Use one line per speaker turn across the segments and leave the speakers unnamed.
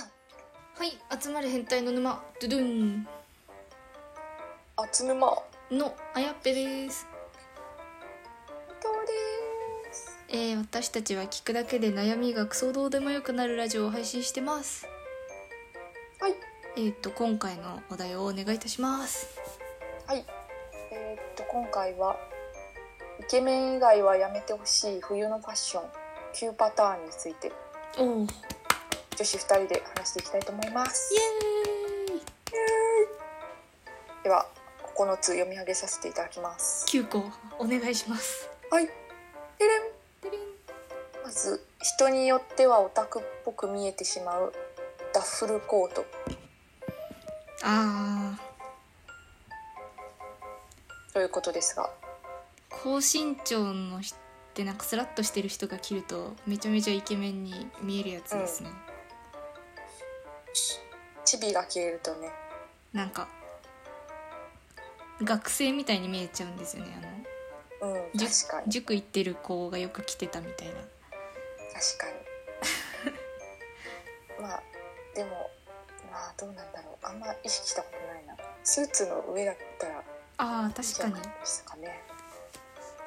はい集まれ変態の沼ドゥドゥン
あつぬまど
のあやっぺです、
うです
えー、私たちは聞くだけで悩みがクソどうでもよくなるラジオを配信してます
はい
えっ、と今回のお題をお願いいたします
はいえーっと今回はイケメン以外はやめてほしい冬のファッション9パターンについて
おおイエー
女子2人で話していきたいと思います
イ
では9つ読み上げさせていただきます
9個お願いします
はいてれん
てれん
まず人によってはオタクっぽく見えてしまうダッフルコート
あー
ということですが
高身長の人ってなんかスラッとしてる人が着るとめちゃめちゃイケメンに見えるやつですね、
チビが消えるとね
なんか学生みたいに見えちゃうんですよねあの
うん
塾
確かに
塾行ってる子がよく着てたみたいな
確かに まあでもまあどうなんだろうあんま意識したことないなスーツの上だったらいいん
あー
じ
確
ゃ
か
な
に
いですかね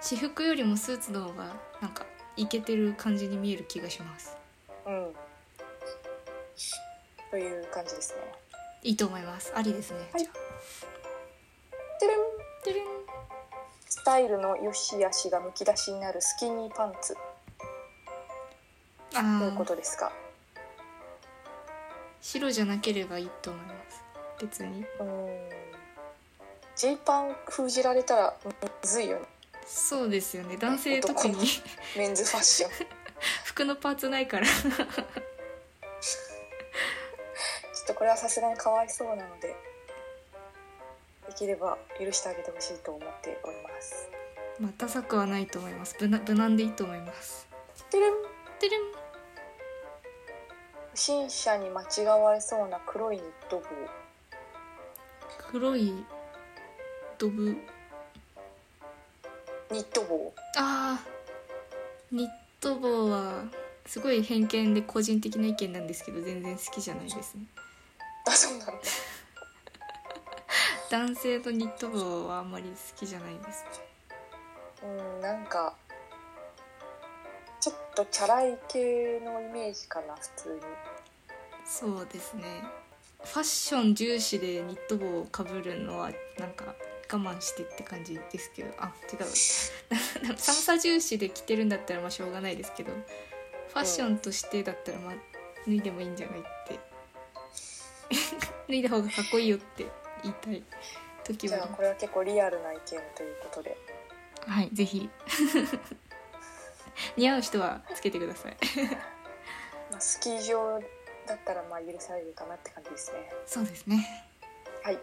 私服よりもスーツの方がなんかイケてる感じに見える気がします
うんという感じですね
いいと思いますありですね、
はい
じゃ
てれん
あてれん
スタイルの良し悪しがむき出しになるスキニーパンツという
あ
こ
ー
とですか
白じゃなければいいと思います別に
うんジーパン封じられたらむずいよね
そうですよね男性特に
男メンズファッションちょ
服のパーツないから
っとこれはさすがにかわいそうなのでできれば許してあげてほしいと思っております
まあダサくはないと思います無難無難でいいと思います
てれん
てれん
不審者に間違われそうな黒いニット帽
黒いドブ
ニット帽
あーニット帽はすごい偏見で個人的な意見なんですけど全然好きじゃないですね
あそうなんだ
男性のニット帽はあんまり好きじゃないです
うんなんかちょっとチャラい系のイメージかな普通に
そうですねファッション重視でニット帽をかぶるのはなんか我慢してって感じですけどあ違う 寒さ重視で着てるんだったらまあしょうがないですけどファッションとしてだったらまあ脱いでもいいんじゃないって 脱いだ方がかっこいいよって言いたい時
じ
は
ゃ
あ
あ
りま
これは結構リアルな意見ということです
はいぜひ 似合う人はつけてください
まあ、スキー場だったらまあ許されるかなって感じですね
そうですね
はい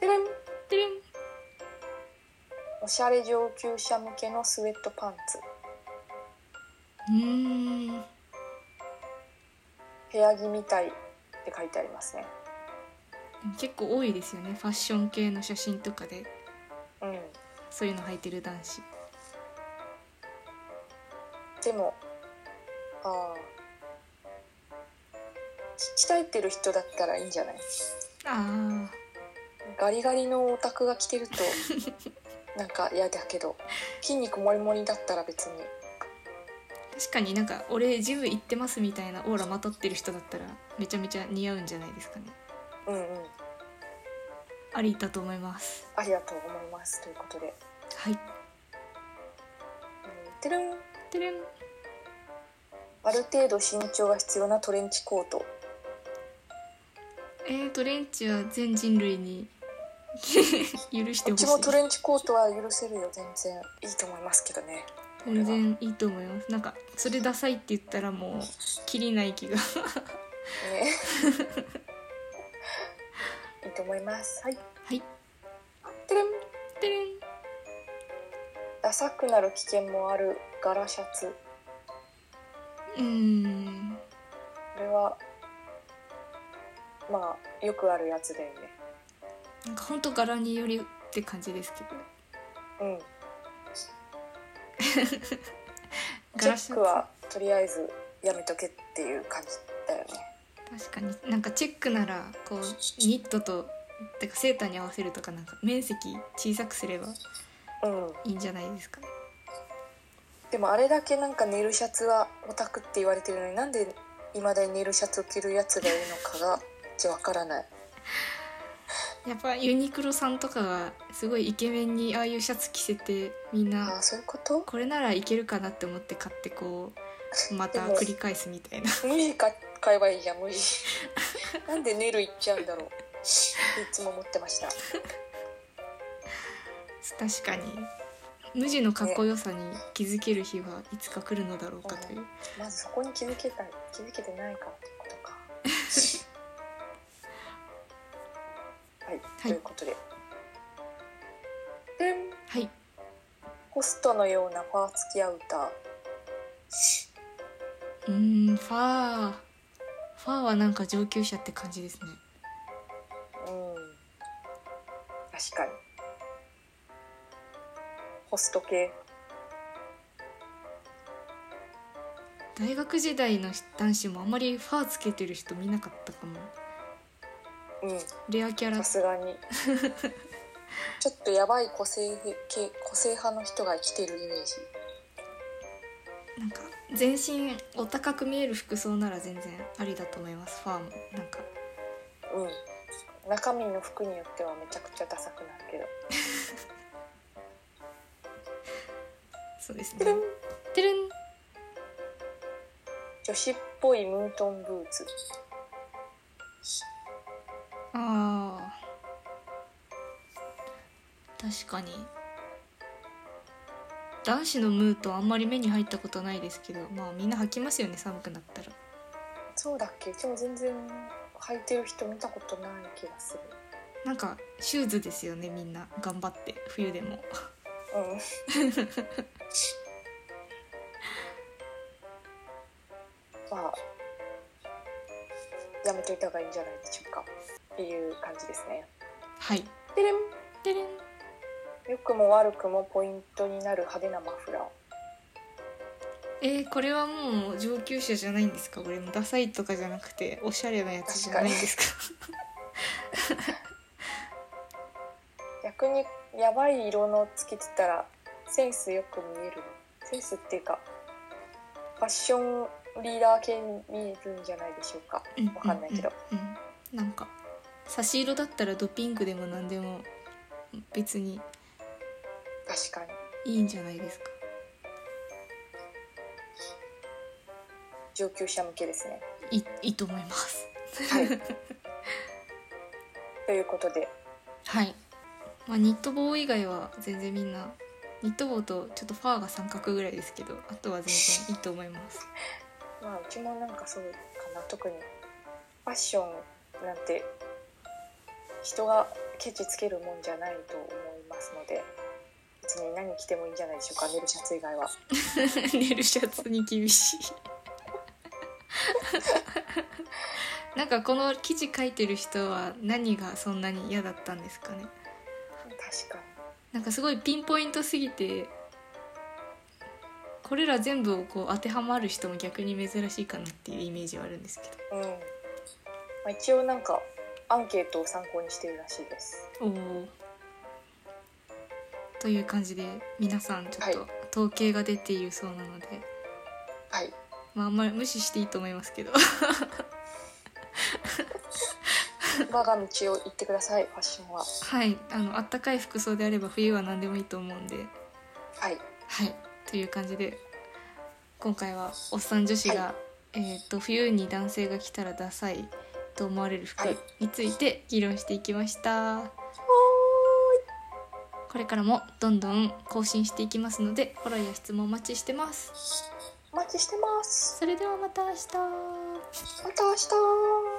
てれん
てれん
おしゃれ上級者向けのスウェットパンツ
うーん
部屋着みたいって書いてありますね
結構多いですよねファッション系の写真とかで
うん
そういうの履いてる男子
でもああ鍛えてる人だったらいいんじゃない
あ
ガリガリのオタクが着てるとなんか嫌だけど筋肉もりもりだったら別に
ー確かになんか俺ジム行ってますみたいなオーラまとってる人だったらめちゃめちゃ似合うんじゃないですかね
うんうん
ありだと思います
ありがとう思いますということで、
はい
うん、てるん
てれん
ある程度身長が必要なトレンチコート
えー、トレンチは全人類 に許して
う
ほしい
ちもトレンチコートは許せるよ全然いいと思いますけどね
全然いいと思いますなんかそれダサいって言ったらもうきりない気が
ね いいと思いますはい
はい
てれん
てれん
ダサくなる危険もある柄シャツ
うーん
これはまあよくあるやつだよね
なんかほんと柄によりって感じですけど
うんチェ
柄シャ
ッ
ツ
クはとりあえずやめとけっていう感じだよね
確かになんかチェックならこうニットとてかセーターに合わせるとかなんか面積小さくすれば
うん
いいんじゃないですか
でもあれだけなんか寝るシャツはオタクって言われてるのになんでいまだに寝るシャツを着るやつがいるのかがちょっとわからない
やっぱユニクロさんとかがすごいイケメンにああいうシャツ着せてみん
ああ
な
そういうこと
これならいけるかなって思って買ってこうまた
でも
繰り返すみたいな
無理か買えばいいじゃん無理 なんで寝る行っちゃうんだろういつも思ってました
確かに無地のかっこよさに気づける日はいつか来るのだろうかという
まずそこに気づけた気づけてないかってこと かはい、ということでで
はい
ホストのようなファー付きアウター
うーんファーファーはなんか上級者って感じですね
うん確かにホスト系
大学時代の男子もあんまりファーつけてる人見なかったかも
うん
レアキャラ
さすがにちょっとやばい個性系個性派の人が来てるイメージ
なんか全身お高く見える服装なら全然ありだと思いますファーもなんか
うん中身の服によってはめちゃくちゃダサくなるけど
そうです
てる
ね
ん
てるん
女子っぽいムートンブーツ
あー確かに男子のムートンあんまり目に入ったことないですけどまあみんな履きますよね寒くなったら
そうだっけでも全然履いてる人見たことない気がする
なんかシューズですよねみんな頑張って冬でも
うん まあやめといた方がいいんじゃないでしょうかっていう感じですね
はい
でで
てれん
良くも悪くもポイントになる派手なマフラー
えー、これはもう上級者じゃないんですかこれもダサいとかじゃなくておしゃれなやつじゃないんですか
逆にやばい色のつけてたらセンスよく見えるのセンスっていうかファッションリーダー系に見えるんじゃないでしょうか
うん
わかんないけど、
うんうんうんなんか差し色だったらドピンクでも何でも別に
確かに
いいんじゃないですか
上級者向けですね
いいいと思います
はいということで
はい、まあ、ニット帽以外は全然みんなニット帽とちょっとファーが三角ぐらいですけどあとは全然いいと思います
まあうちもなんかそうかな特にファッションなんて人がケチつけるもんじゃないと思いますので別に何着てもいいんじゃないでしょうか寝るシャツ以外は。
寝るシャツに厳しいなんかこの記事書いてる人は何がそんなに嫌だったんですかね
確かに
なんかすごいピンポイントすぎてこれら全部をこう当てはまる人も逆に珍しいかなっていうイメージはあるんですけ
うんまあ、一応なんかアンケートを参考にしてるらしいです
どおーという感じで皆さんちょっ
は
と統計が出ているそうなので、
はい
まああんまり無視していいと思いますけど
我が道を行ってくださいファッションは
はいあのあったかい服装であれば冬は何でもいいと思うんで
はい
はい、という感じで今回はおっさん女子が、
は
えー、と冬に男性が着たらダサいと思われる服
はい
について議論していきました、これからもどんどん更新していきますのでフォローや質問お待ちしてます
お待ちしてます
それではまた明日
また明日